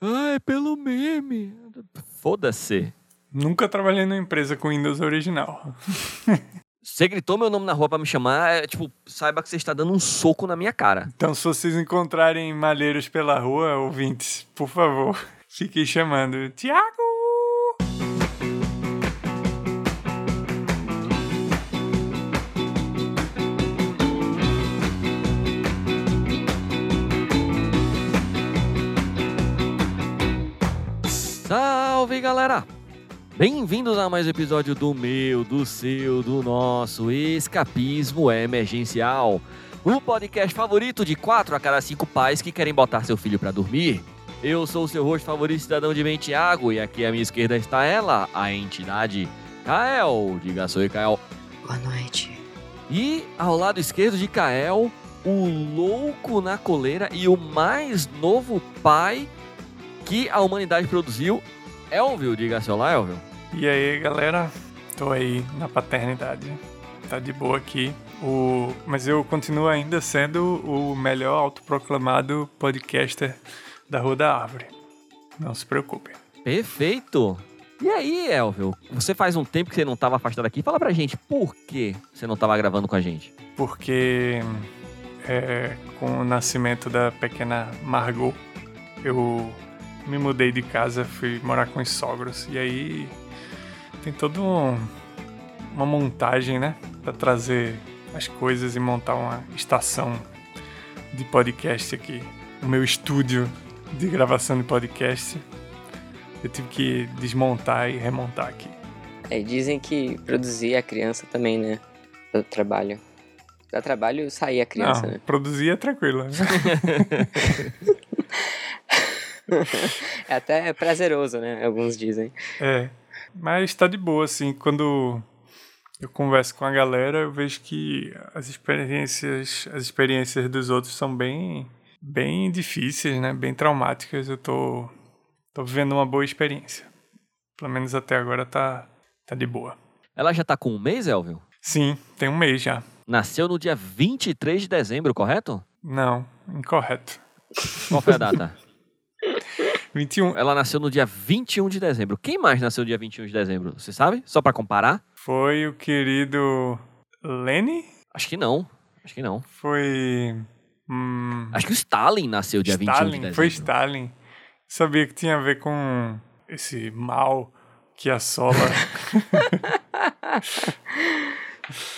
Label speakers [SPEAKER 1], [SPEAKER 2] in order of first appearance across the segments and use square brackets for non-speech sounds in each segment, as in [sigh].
[SPEAKER 1] Ah, é pelo meme. Foda-se.
[SPEAKER 2] Nunca trabalhei numa empresa com Windows original.
[SPEAKER 1] Você gritou meu nome na rua pra me chamar, é, tipo, saiba que você está dando um soco na minha cara.
[SPEAKER 2] Então, se vocês encontrarem malheiros pela rua, ouvintes, por favor, [laughs] fiquem chamando. Tiago!
[SPEAKER 1] Salve, galera! Bem-vindos a mais um episódio do meu, do seu, do nosso Escapismo Emergencial. O podcast favorito de quatro a cada cinco pais que querem botar seu filho pra dormir. Eu sou o seu host favorito, cidadão de bem, Thiago, e aqui à minha esquerda está ela, a entidade Kael. Diga sou eu, Kael.
[SPEAKER 3] Boa noite.
[SPEAKER 1] E ao lado esquerdo de Kael, o louco na coleira e o mais novo pai que a humanidade produziu, Elvio. Diga seu lá, Elvio.
[SPEAKER 2] E aí, galera? Tô aí na paternidade. Tá de boa aqui. O... Mas eu continuo ainda sendo o melhor autoproclamado podcaster da Rua da Árvore. Não se preocupe.
[SPEAKER 1] Perfeito. E aí, Elvio? Você faz um tempo que você não estava afastado aqui. Fala pra gente por que você não estava gravando com a gente.
[SPEAKER 2] Porque é, com o nascimento da pequena Margot, eu me mudei de casa, fui morar com os sogros. E aí tem toda um, uma montagem, né? Pra trazer as coisas e montar uma estação de podcast aqui. O meu estúdio de gravação de podcast. Eu tive que desmontar e remontar aqui.
[SPEAKER 3] É, dizem que produzir a criança também, né? Dá trabalho. Dá trabalho sair a criança,
[SPEAKER 2] Não,
[SPEAKER 3] né?
[SPEAKER 2] produzir é tranquilo.
[SPEAKER 3] é até prazeroso, né? Alguns dizem.
[SPEAKER 2] É. Mas tá de boa, assim. Quando eu converso com a galera, eu vejo que as experiências, as experiências dos outros são bem, bem difíceis, né? Bem traumáticas. Eu tô, tô vivendo uma boa experiência. Pelo menos até agora tá, tá de boa.
[SPEAKER 1] Ela já tá com um mês, Elvio?
[SPEAKER 2] Sim, tem um mês já.
[SPEAKER 1] Nasceu no dia 23 de dezembro, correto?
[SPEAKER 2] Não, incorreto.
[SPEAKER 1] Qual foi a data?
[SPEAKER 2] 21.
[SPEAKER 1] Ela nasceu no dia 21 de dezembro. Quem mais nasceu no dia 21 de dezembro? Você sabe? Só pra comparar?
[SPEAKER 2] Foi o querido Lenny?
[SPEAKER 1] Acho que não. Acho que não.
[SPEAKER 2] Foi. Hum,
[SPEAKER 1] Acho que o Stalin nasceu dia 21 de
[SPEAKER 2] Stalin,
[SPEAKER 1] dezembro.
[SPEAKER 2] foi Stalin. Sabia que tinha a ver com esse mal
[SPEAKER 1] [laughs]
[SPEAKER 2] que assola.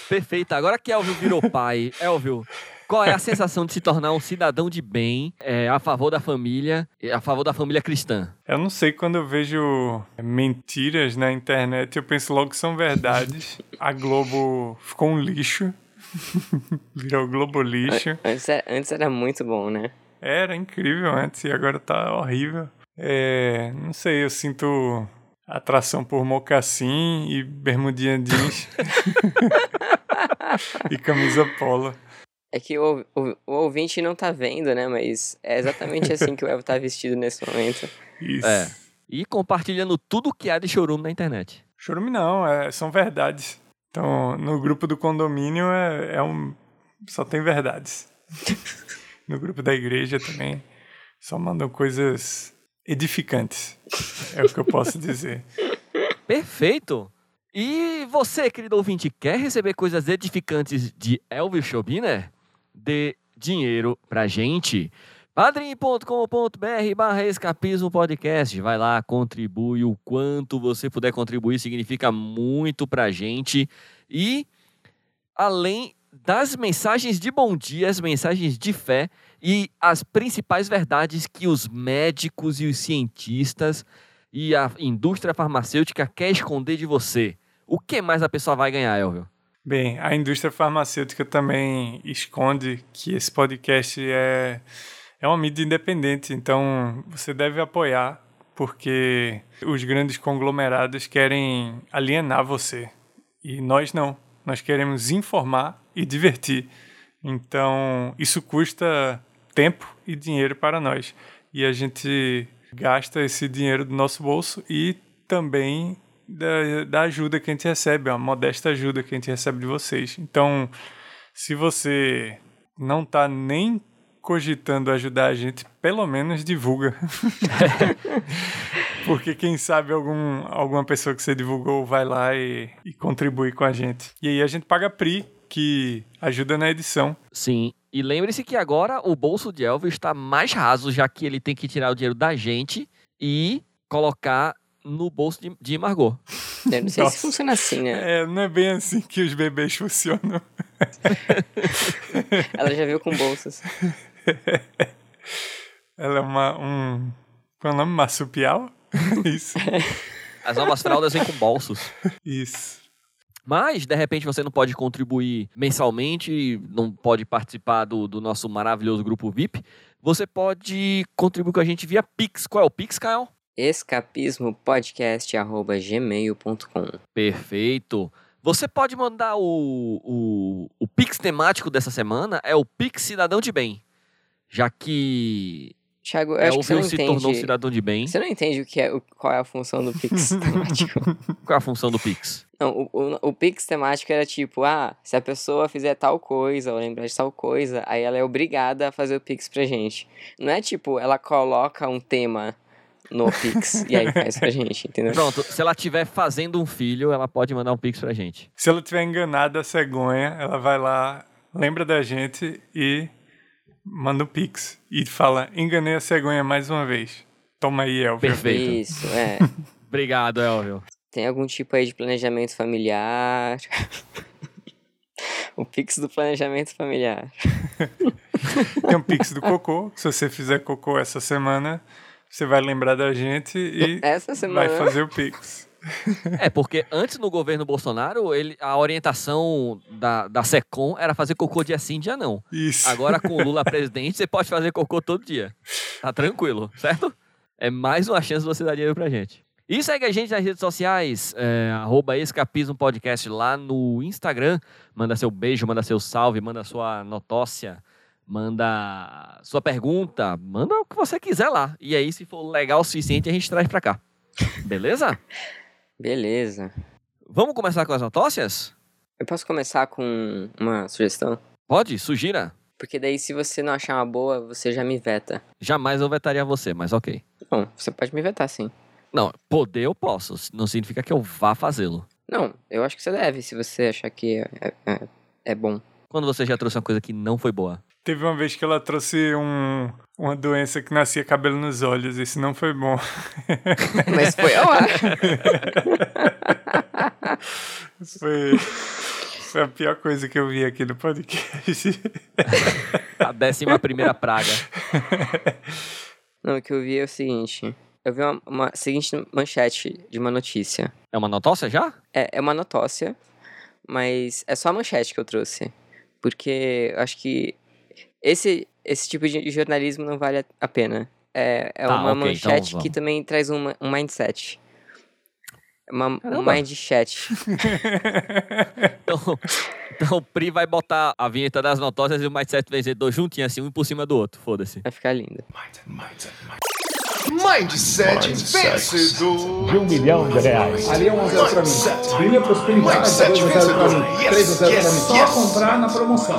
[SPEAKER 1] Perfeito. Agora que Elvio virou pai, [laughs] Elvio, qual é a sensação de se tornar um cidadão de bem é, a favor da família, é, a favor da família cristã?
[SPEAKER 2] eu não sei quando eu vejo mentiras na internet, eu penso logo que são verdades. A Globo ficou um lixo. [laughs] Virou Globo lixo.
[SPEAKER 3] Antes era, antes era muito bom, né?
[SPEAKER 2] Era incrível antes e agora tá horrível. É, não sei, eu sinto atração por mocassim e
[SPEAKER 1] [laughs]
[SPEAKER 2] bermudinha jeans. [laughs] e camisa polo.
[SPEAKER 3] É que o, o, o ouvinte não tá vendo, né? Mas é exatamente assim que o Elvio tá vestido nesse momento.
[SPEAKER 2] Isso.
[SPEAKER 1] É. E compartilhando tudo que há de chorume na internet.
[SPEAKER 2] Chorume não, é- são verdades. Então, no grupo do condomínio é, é um. Só tem verdades. no grupo da igreja também. Só mandam coisas edificantes. É o que eu posso dizer.
[SPEAKER 1] Perfeito! E você, querido ouvinte, quer receber coisas edificantes de Elvio Schobiner? Dê dinheiro pra gente. padrim.com.br barra escapismo podcast. Vai lá, contribui o quanto você puder contribuir, significa muito pra gente. E além das mensagens de bom dia, as mensagens de fé e as principais verdades que os médicos e os cientistas e a indústria farmacêutica quer esconder de você. O que mais a pessoa vai ganhar, Elvio?
[SPEAKER 2] Bem, a indústria farmacêutica também esconde que esse podcast é, é uma mídia independente, então você deve apoiar, porque os grandes conglomerados querem alienar você. E nós não. Nós queremos informar e divertir. Então, isso custa tempo e dinheiro para nós. E a gente gasta esse dinheiro do nosso bolso e também da, da ajuda que a gente recebe, a modesta ajuda que a gente recebe de vocês. Então, se você não está nem cogitando ajudar a gente, pelo menos divulga. Porque quem sabe algum, alguma pessoa que você divulgou vai lá e, e contribui com a gente. E aí a gente paga a PRI, que ajuda na edição.
[SPEAKER 1] Sim. E lembre-se que agora o bolso de Elvis está mais raso, já que ele tem que tirar o dinheiro da gente e colocar no bolso de, de Margot.
[SPEAKER 3] Eu né? não sei
[SPEAKER 2] Nossa.
[SPEAKER 3] se funciona assim, né?
[SPEAKER 2] É, não é bem assim que os bebês [laughs] funcionam.
[SPEAKER 3] Ela já veio com bolsas.
[SPEAKER 2] Ela é uma. Um, qual é o nome? Marsupial? [laughs] Isso.
[SPEAKER 1] As [laughs] novas fraldas vêm com bolsos.
[SPEAKER 2] Isso.
[SPEAKER 1] Mas, de repente, você não pode contribuir mensalmente, não pode participar do, do nosso maravilhoso grupo VIP. Você pode contribuir com a gente via Pix. Qual é o Pix, Caio?
[SPEAKER 3] Escapismopodcast.gmail.com
[SPEAKER 1] Perfeito. Você pode mandar o, o, o Pix temático dessa semana, é o Pix Cidadão de Bem. Já que
[SPEAKER 3] Thiago, eu acho que você não
[SPEAKER 1] Elvis se tornou um
[SPEAKER 3] entende...
[SPEAKER 1] cidadão de bem.
[SPEAKER 3] Você não entende o que é, o- qual é a função do
[SPEAKER 1] [laughs]
[SPEAKER 3] Pix temático.
[SPEAKER 1] Qual é a função do Pix?
[SPEAKER 3] Não, o, o, o Pix temático era tipo, ah, se a pessoa fizer tal coisa ou lembrar de tal coisa, aí ela é obrigada a fazer o Pix pra gente. Não é tipo, ela coloca um tema no Pix
[SPEAKER 1] [laughs]
[SPEAKER 3] e aí faz pra gente, entendeu?
[SPEAKER 1] Pronto, se ela estiver fazendo um filho, ela pode mandar um pix pra gente.
[SPEAKER 2] Se ela tiver enganada a cegonha, ela vai lá, lembra da gente e manda o pix. E fala: enganei a cegonha mais uma vez. Toma aí, Elvio.
[SPEAKER 1] Perfeito.
[SPEAKER 3] Isso, é.
[SPEAKER 1] Obrigado, Elvio.
[SPEAKER 3] Tem algum tipo aí de planejamento familiar? o Pix do planejamento familiar.
[SPEAKER 2] Tem um pix do cocô. Se você fizer cocô essa semana, você vai lembrar da gente e
[SPEAKER 3] Essa
[SPEAKER 2] vai
[SPEAKER 3] semana.
[SPEAKER 2] fazer o pix.
[SPEAKER 1] É, porque antes no governo Bolsonaro, ele, a orientação da, da SECOM era fazer cocô dia sim, dia não.
[SPEAKER 2] Isso.
[SPEAKER 1] Agora com o Lula presidente, você pode fazer cocô todo dia. Tá tranquilo, certo? É mais uma chance de você dar dinheiro pra gente. E segue a gente nas redes sociais, é, arroba Escapismo Podcast lá no Instagram. Manda seu beijo, manda seu salve, manda sua notócia, manda sua pergunta, manda o que você quiser lá. E aí, se for legal o suficiente, a gente traz pra cá. Beleza?
[SPEAKER 3] Beleza.
[SPEAKER 1] Vamos começar com as notócias?
[SPEAKER 3] Eu posso começar com uma sugestão?
[SPEAKER 1] Pode? Sugira?
[SPEAKER 3] Porque daí, se você não achar uma boa, você já me veta.
[SPEAKER 1] Jamais eu vetaria você, mas ok.
[SPEAKER 3] Bom, você pode me vetar, sim.
[SPEAKER 1] Não, poder eu posso, não significa que eu vá fazê-lo.
[SPEAKER 3] Não, eu acho que você deve, se você achar que é, é- é- é bom. [laughs]
[SPEAKER 1] Quando você já trouxe uma coisa que não foi boa.
[SPEAKER 2] Teve uma vez que ela trouxe um, uma doença que nascia cabelo nos olhos. Isso não foi bom.
[SPEAKER 3] Mas foi ao ar.
[SPEAKER 2] Foi, foi a pior coisa que eu vi aqui no podcast.
[SPEAKER 1] A décima primeira praga.
[SPEAKER 3] Não, o que eu vi é o seguinte. Eu vi uma, uma seguinte manchete de uma notícia.
[SPEAKER 1] É uma notócia já?
[SPEAKER 3] É, é uma notócia, mas é só a manchete que eu trouxe. Porque eu acho que esse, esse tipo de jornalismo não vale a pena. É, é
[SPEAKER 1] Tá, ok,
[SPEAKER 3] uma
[SPEAKER 1] então
[SPEAKER 3] manchete que
[SPEAKER 1] vamos.
[SPEAKER 3] também traz um, um mindset. Uma, um
[SPEAKER 1] Caramba.
[SPEAKER 3] mindset.
[SPEAKER 1] Então, [laughs] então o Pri vai botar a vinheta das notócias e o mais certo vencedor juntinho, assim, um por cima do outro. Foda-se.
[SPEAKER 3] Vai ficar lindo.
[SPEAKER 4] Mindset vencedor.
[SPEAKER 5] de um milhão de reais.
[SPEAKER 6] Ali é 1 a 0 pra mim. Brilha prosperidade, 2 a
[SPEAKER 4] Mindset
[SPEAKER 6] 0 pra mim.
[SPEAKER 4] vencedor.
[SPEAKER 6] 3 a 0 pra mim.
[SPEAKER 4] Yes,
[SPEAKER 6] Só
[SPEAKER 4] yes,
[SPEAKER 6] comprar na promoção.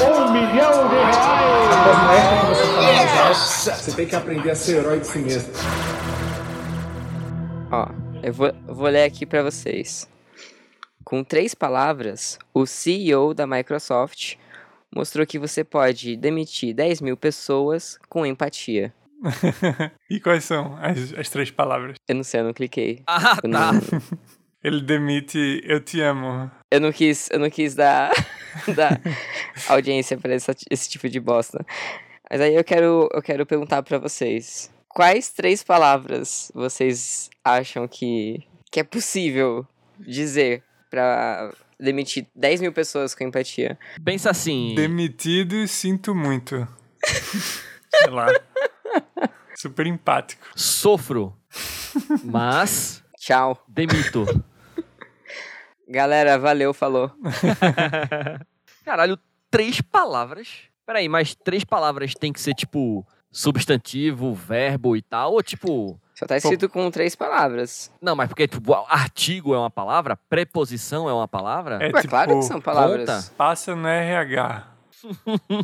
[SPEAKER 5] Um milhão de reais.
[SPEAKER 6] Mas não é quando você fala mais alto, você tem que aprender a ser herói de si mesmo.
[SPEAKER 3] Ó, eu vou, eu vou ler aqui pra vocês. Com três palavras, o CEO da Microsoft mostrou que você pode demitir 10 mil pessoas com empatia.
[SPEAKER 2] E quais são as, as três palavras?
[SPEAKER 3] Eu não sei, eu não cliquei.
[SPEAKER 1] Ah,
[SPEAKER 3] Eu não,
[SPEAKER 1] tá.
[SPEAKER 2] Ele demite Eu Te Amo.
[SPEAKER 3] eu não quis, eu não quis dar, [laughs] dar audiência pra essa- esse tipo de bosta. Mas aí eu quero, eu quero perguntar pra vocês. Quais três palavras vocês acham que, que é possível dizer pra demitir 10 mil pessoas com empatia?
[SPEAKER 1] Pensa assim.
[SPEAKER 2] Demitido e sinto muito. [laughs] Sei lá. Super empático.
[SPEAKER 1] Sofro, mas
[SPEAKER 3] Tchau.
[SPEAKER 1] demito.
[SPEAKER 3] Galera, valeu, falou.
[SPEAKER 1] Caralho, três palavras. Peraí, mas três palavras tem que ser tipo substantivo, verbo e tal? Ou tipo.
[SPEAKER 3] Só tá escrito com três palavras.
[SPEAKER 1] Não, mas porque, tipo, artigo é uma palavra, preposição é uma palavra.
[SPEAKER 2] É
[SPEAKER 3] Ué,
[SPEAKER 2] tipo,
[SPEAKER 3] claro que são palavras.
[SPEAKER 1] conta.
[SPEAKER 2] passa no RH.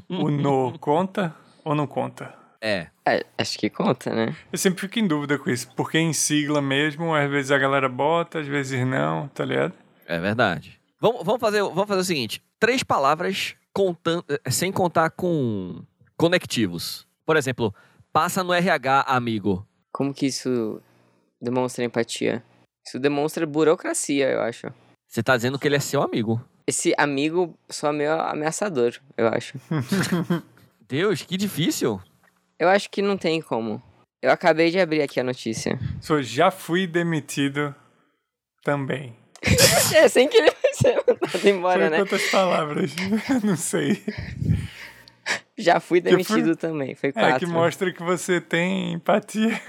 [SPEAKER 2] O no conta ou não conta?
[SPEAKER 1] É.
[SPEAKER 3] É, acho que conta, né?
[SPEAKER 2] Eu sempre fico em dúvida com isso, porque em sigla mesmo, às vezes a galera bota, às vezes não, tá ligado?
[SPEAKER 1] É verdade. Vamos, vamos, fazer, vamos fazer o seguinte: três palavras contando, sem contar com conectivos. Por exemplo, passa no RH, amigo.
[SPEAKER 3] Como que isso demonstra empatia? Isso demonstra burocracia, eu acho.
[SPEAKER 1] Você tá dizendo que ele é seu amigo.
[SPEAKER 3] Esse amigo só meio ameaçador, eu acho.
[SPEAKER 1] Deus, que difícil.
[SPEAKER 3] Eu acho que não tem como. Eu acabei de abrir aqui a notícia. [laughs]
[SPEAKER 2] Sou já fui demitido também.
[SPEAKER 3] é, sem querer vai ser mandado embora,
[SPEAKER 2] Foi
[SPEAKER 3] né?
[SPEAKER 2] quantas palavras? [laughs] não sei.
[SPEAKER 3] Já
[SPEAKER 2] fui-
[SPEAKER 3] fui demitido também, foi
[SPEAKER 2] É
[SPEAKER 3] quatro.
[SPEAKER 2] que mostra que você tem empatia.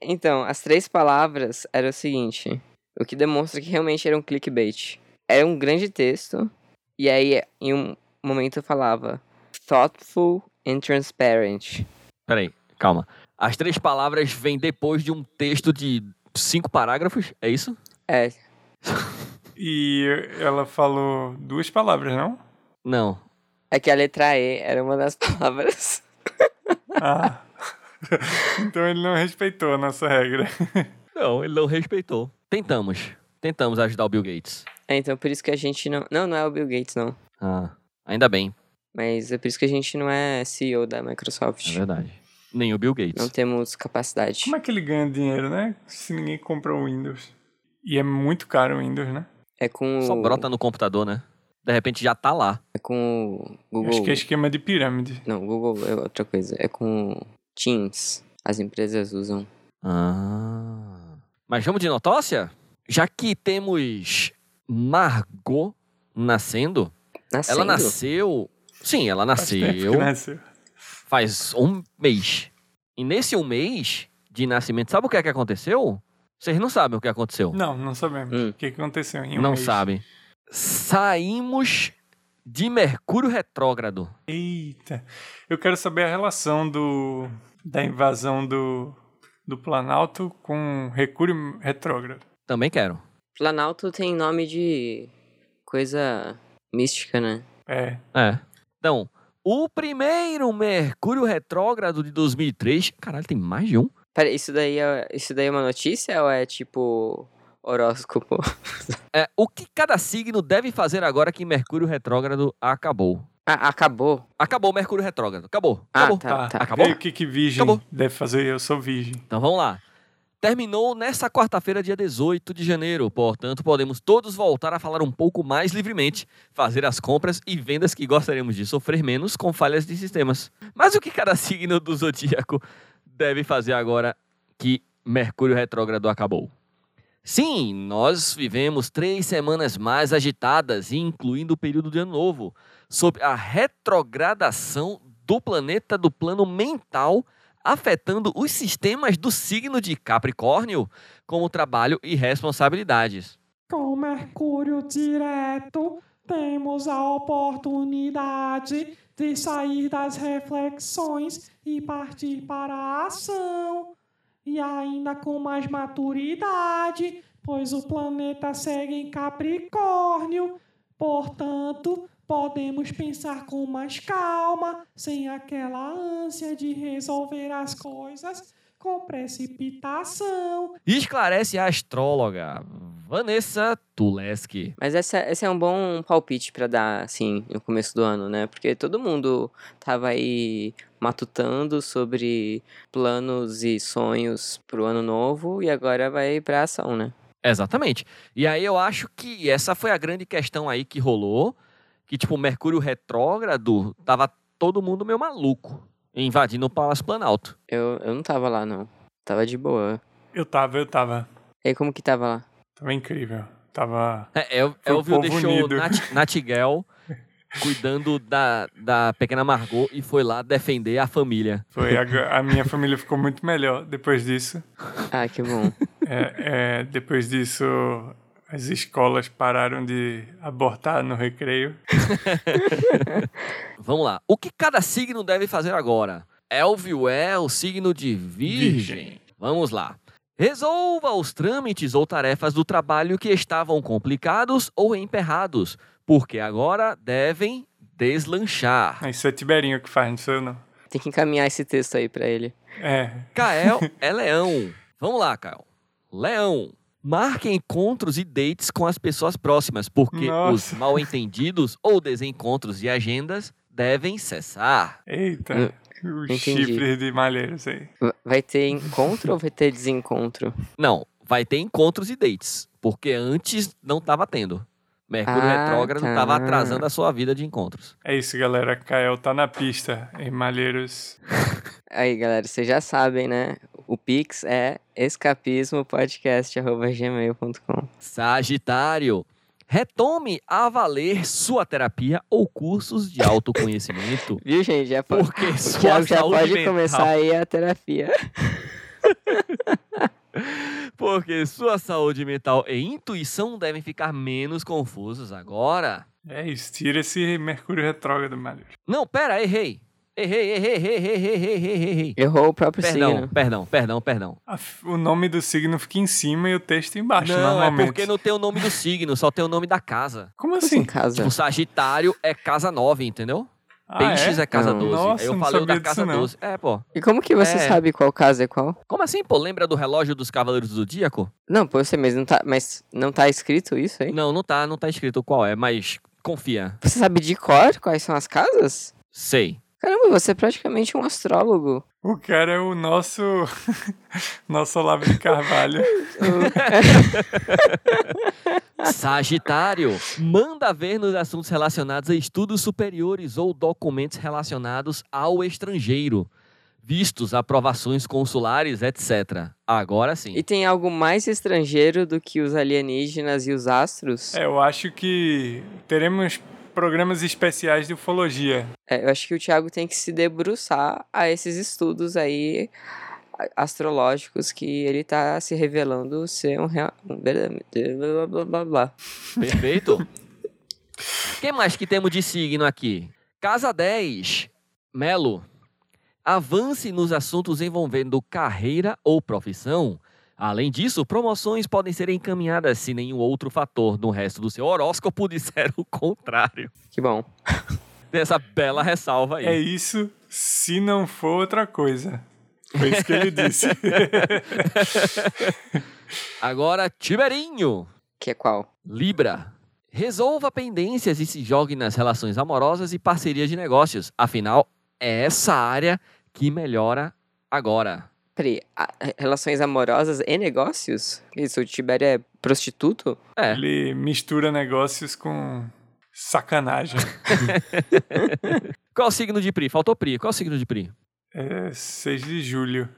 [SPEAKER 3] Então, as três palavras eram o seguinte, o que demonstra que realmente era um clickbait. Era um grande texto, e aí em um momento eu falava thoughtful and transparent.
[SPEAKER 1] Peraí, calma. As três palavras vêm depois de um texto de cinco parágrafos, é isso?
[SPEAKER 3] É,
[SPEAKER 2] E ela falou duas palavras, não?
[SPEAKER 1] Não.
[SPEAKER 3] é que a letra E era uma das [laughs] palavras.
[SPEAKER 2] Ah. [laughs] então ele não respeitou a nossa regra.
[SPEAKER 1] Não, ele não respeitou. Tentamos. Tentamos ajudar o Bill Gates.
[SPEAKER 3] É, então por isso que a gente não... Não, não é o Bill Gates, não.
[SPEAKER 1] Ah, ainda bem,
[SPEAKER 3] Mas é por isso que a gente não é CEO da
[SPEAKER 1] é
[SPEAKER 3] Microsoft.
[SPEAKER 1] verdade. Nem o Bill
[SPEAKER 3] não
[SPEAKER 1] Gates.
[SPEAKER 3] temos capacidade.
[SPEAKER 2] Como é que ele ganha dinheiro, né? Se ninguém compra o Windows. E é muito caro o Windows, né?
[SPEAKER 3] É com
[SPEAKER 1] Só
[SPEAKER 3] o...
[SPEAKER 1] brota no computador, né? De repente já tá lá.
[SPEAKER 3] É com o Google...
[SPEAKER 2] Acho que é esquema de pirâmide.
[SPEAKER 3] Não, Google é outra coisa. É com o Teams. As empresas usam.
[SPEAKER 1] Ah. Mas vamos de notócia? Já que temos Margot nascendo,
[SPEAKER 3] Nascendo.
[SPEAKER 1] ela nasceu. Sim, ela
[SPEAKER 2] Faz tempo que
[SPEAKER 1] nasceu
[SPEAKER 2] nasceu.
[SPEAKER 1] faz um mês. E nesse um mês de nascimento, sabe o que é que aconteceu? Vocês não sabem o que aconteceu.
[SPEAKER 2] Não, não sabemos.
[SPEAKER 3] Hum.
[SPEAKER 2] O que que aconteceu em um
[SPEAKER 1] não
[SPEAKER 2] mês?
[SPEAKER 1] sabem. Saímos de Mercúrio retrógrado.
[SPEAKER 2] Eita. Eu quero saber a relação do da invasão do, do Planalto com Recúrio Retrógrado.
[SPEAKER 1] Também quero.
[SPEAKER 3] Planalto tem nome de coisa mística, né?
[SPEAKER 2] É.
[SPEAKER 1] É. Então, o primeiro Mercúrio retrógrado de 2003. Caralho, tem mais de um?
[SPEAKER 3] Pera, isso daí é, isso daí é uma notícia ou é tipo horóscopo?
[SPEAKER 1] É, o que cada signo deve fazer agora que Mercúrio retrógrado acabou?
[SPEAKER 3] Ah, acabou.
[SPEAKER 1] Acabou o Mercúrio retrógrado. Acabou.
[SPEAKER 3] Ah,
[SPEAKER 1] acabou.
[SPEAKER 3] tá, tá.
[SPEAKER 1] Acabou?
[SPEAKER 2] E o que, que virgem
[SPEAKER 1] Acabou.
[SPEAKER 2] deve fazer? Eu sou virgem.
[SPEAKER 1] Então vamos lá. Terminou nessa quarta-feira, dia 18 de janeiro. Portanto, podemos todos voltar a falar um pouco mais livremente, fazer as compras e vendas que gostaríamos de sofrer menos com falhas de sistemas. Mas o que cada signo do zodíaco deve fazer agora que Mercúrio retrógrado acabou? Sim, nós vivemos três semanas mais agitadas, incluindo o período de ano novo, sob a retrogradação do planeta do plano mental afetando os sistemas do signo de Capricórnio, como trabalho e responsabilidades.
[SPEAKER 7] Com Mercúrio direto, temos a oportunidade de sair das reflexões e partir para a ação. E ainda com mais maturidade, pois o planeta segue em Capricórnio. Portanto, podemos pensar com mais calma, sem aquela ânsia de resolver as coisas com precipitação.
[SPEAKER 1] Esclarece a astróloga Vanessa Tuleski.
[SPEAKER 3] Mas essa, esse é um bom palpite pra dar, assim, no começo do ano, né? Porque todo mundo tava aí matutando sobre planos e sonhos pro ano novo e agora vai pra ação, né?
[SPEAKER 1] Exatamente. E aí eu acho que essa foi a grande questão aí que rolou, que tipo, Mercúrio retrógrado, tava todo mundo meio maluco, invadindo o Palácio Planalto.
[SPEAKER 3] Eu, eu não tava lá, não. Tava de boa.
[SPEAKER 2] Eu tava, eu tava.
[SPEAKER 3] E aí, como que tava lá?
[SPEAKER 2] Tava incrível. Tava.
[SPEAKER 1] É, eu,
[SPEAKER 2] Foi o
[SPEAKER 1] eu vi o
[SPEAKER 2] povo
[SPEAKER 1] deixou
[SPEAKER 2] unido.
[SPEAKER 1] Nat, Natigel cuidando da, da pequena Margot e foi lá defender a família.
[SPEAKER 2] Foi, a, a minha família ficou muito melhor depois disso.
[SPEAKER 3] Ah, que bom.
[SPEAKER 2] É, é, depois disso, as escolas pararam de abortar no recreio.
[SPEAKER 1] Vamos lá. O que cada signo deve fazer agora? Elvio é o signo de virgem. Vamos lá. Resolva os trâmites ou tarefas do trabalho que estavam complicados ou emperrados, porque agora devem deslanchar.
[SPEAKER 2] Ah, Isso é Tiberinho que faz, não sou eu não.
[SPEAKER 3] Tem que encaminhar esse texto aí pra ele.
[SPEAKER 2] É,
[SPEAKER 1] Kael é leão. Vamos lá, Kael. Leão. Marque encontros e dates com as pessoas próximas, porque
[SPEAKER 2] Nossa.
[SPEAKER 1] os mal entendidos ou desencontros de agendas devem cessar.
[SPEAKER 2] eita.
[SPEAKER 1] É,
[SPEAKER 2] Os
[SPEAKER 3] entendi.
[SPEAKER 2] chifres de malheiros aí.
[SPEAKER 3] V- Vai ter encontro [laughs] ou vai ter desencontro?
[SPEAKER 1] Não, vai ter encontros e dates, porque antes não estava tendo. Mercúrio
[SPEAKER 3] Ah,
[SPEAKER 1] retrógrado
[SPEAKER 3] tá.
[SPEAKER 1] estava atrasando a sua vida de encontros.
[SPEAKER 2] É isso, galera. Kael tá na pista em Malheiros.
[SPEAKER 3] Aí, galera, vocês já sabem, né? O Pix é escapismopodcast.gmail.com
[SPEAKER 1] Sagitário, retome a valer sua terapia ou cursos de autoconhecimento,
[SPEAKER 3] Viu, gente? Já [laughs] pode...
[SPEAKER 1] porque
[SPEAKER 3] O
[SPEAKER 1] sua
[SPEAKER 3] Thiago já
[SPEAKER 1] saúde
[SPEAKER 3] pode
[SPEAKER 1] mental-
[SPEAKER 3] começar aí a terapia.
[SPEAKER 1] Porque sua saúde mental e intuição devem ficar menos confusos agora.
[SPEAKER 2] É isso. Tira esse Mercúrio retrógrado, Malheiros.
[SPEAKER 1] Não, pera, errei. Errei, errei, errei, errei, errei, errei, errei.
[SPEAKER 3] Errou o próprio
[SPEAKER 1] Perdão,
[SPEAKER 3] signo.
[SPEAKER 1] perdão, perdão, perdão.
[SPEAKER 2] A f- O nome do signo fica em cima e o texto embaixo,
[SPEAKER 1] não, é
[SPEAKER 2] normalmente.
[SPEAKER 1] porque não tem o nome do signo, só tem o nome da casa.
[SPEAKER 2] Como
[SPEAKER 3] Em
[SPEAKER 2] assim?
[SPEAKER 3] casa.
[SPEAKER 1] Tipo, Sagitário é casa 9, entendeu?
[SPEAKER 2] Ah,
[SPEAKER 1] Peixes é, casa
[SPEAKER 3] Não.
[SPEAKER 1] 12.
[SPEAKER 2] Nossa,
[SPEAKER 1] Aí eu
[SPEAKER 2] não
[SPEAKER 1] falei o
[SPEAKER 2] sabia
[SPEAKER 1] da
[SPEAKER 2] disso,
[SPEAKER 1] casa
[SPEAKER 2] não.
[SPEAKER 1] 12. É, pô.
[SPEAKER 3] E como que você
[SPEAKER 1] É.
[SPEAKER 3] sabe qual casa é qual?
[SPEAKER 1] Como assim, pô? Lembra do relógio dos Cavaleiros do Zodíaco?
[SPEAKER 3] Não, pô, eu sei, mas não tá, mas não tá escrito isso aí?
[SPEAKER 1] Não, não tá, não tá escrito qual é, mas confia.
[SPEAKER 3] Você sabe de cor quais são as casas?
[SPEAKER 1] Sei.
[SPEAKER 3] Caramba, você é praticamente um astrólogo.
[SPEAKER 1] [laughs]
[SPEAKER 2] O cara é o nosso. [laughs] nosso Olavo de Carvalho.
[SPEAKER 1] Sagitário, manda ver nos assuntos relacionados a estudos superiores ou documentos relacionados ao estrangeiro, vistos, aprovações consulares, etc. Agora sim.
[SPEAKER 3] E tem algo mais estrangeiro do que os alienígenas e os astros?
[SPEAKER 2] É, eu acho que teremos programas especiais de ufologia.
[SPEAKER 3] É, eu acho que o Thiago tem que se debruçar a esses estudos aí a- astrológicos que ele tá se revelando ser um real. Um verdadeiro- blá, blá, blá, blá.
[SPEAKER 1] Perfeito? Quem mais que temos de signo aqui? Casa 10. Melo. Avance nos assuntos envolvendo carreira ou profissão. Além disso, promoções podem ser encaminhadas se nenhum outro fator no resto do seu horóscopo [laughs] disser o contrário.
[SPEAKER 3] Que bom.
[SPEAKER 1] Tem essa bela ressalva aí.
[SPEAKER 2] É isso, se não for outra coisa. Foi É isso que ele disse.
[SPEAKER 1] Agora, Tiberinho.
[SPEAKER 3] Que é qual?
[SPEAKER 1] Libra. Resolva pendências e se jogue nas relações amorosas e parcerias de negócios. Afinal, é essa área que melhora agora.
[SPEAKER 3] Peraí, a- relações amorosas e negócios? Isso, o Tibério é prostituto?
[SPEAKER 1] É.
[SPEAKER 2] ele mistura negócios com sacanagem. [laughs]
[SPEAKER 1] Qual o signo de Pri? Faltou Pri. Qual o signo de Pri?
[SPEAKER 2] É 6 de julho.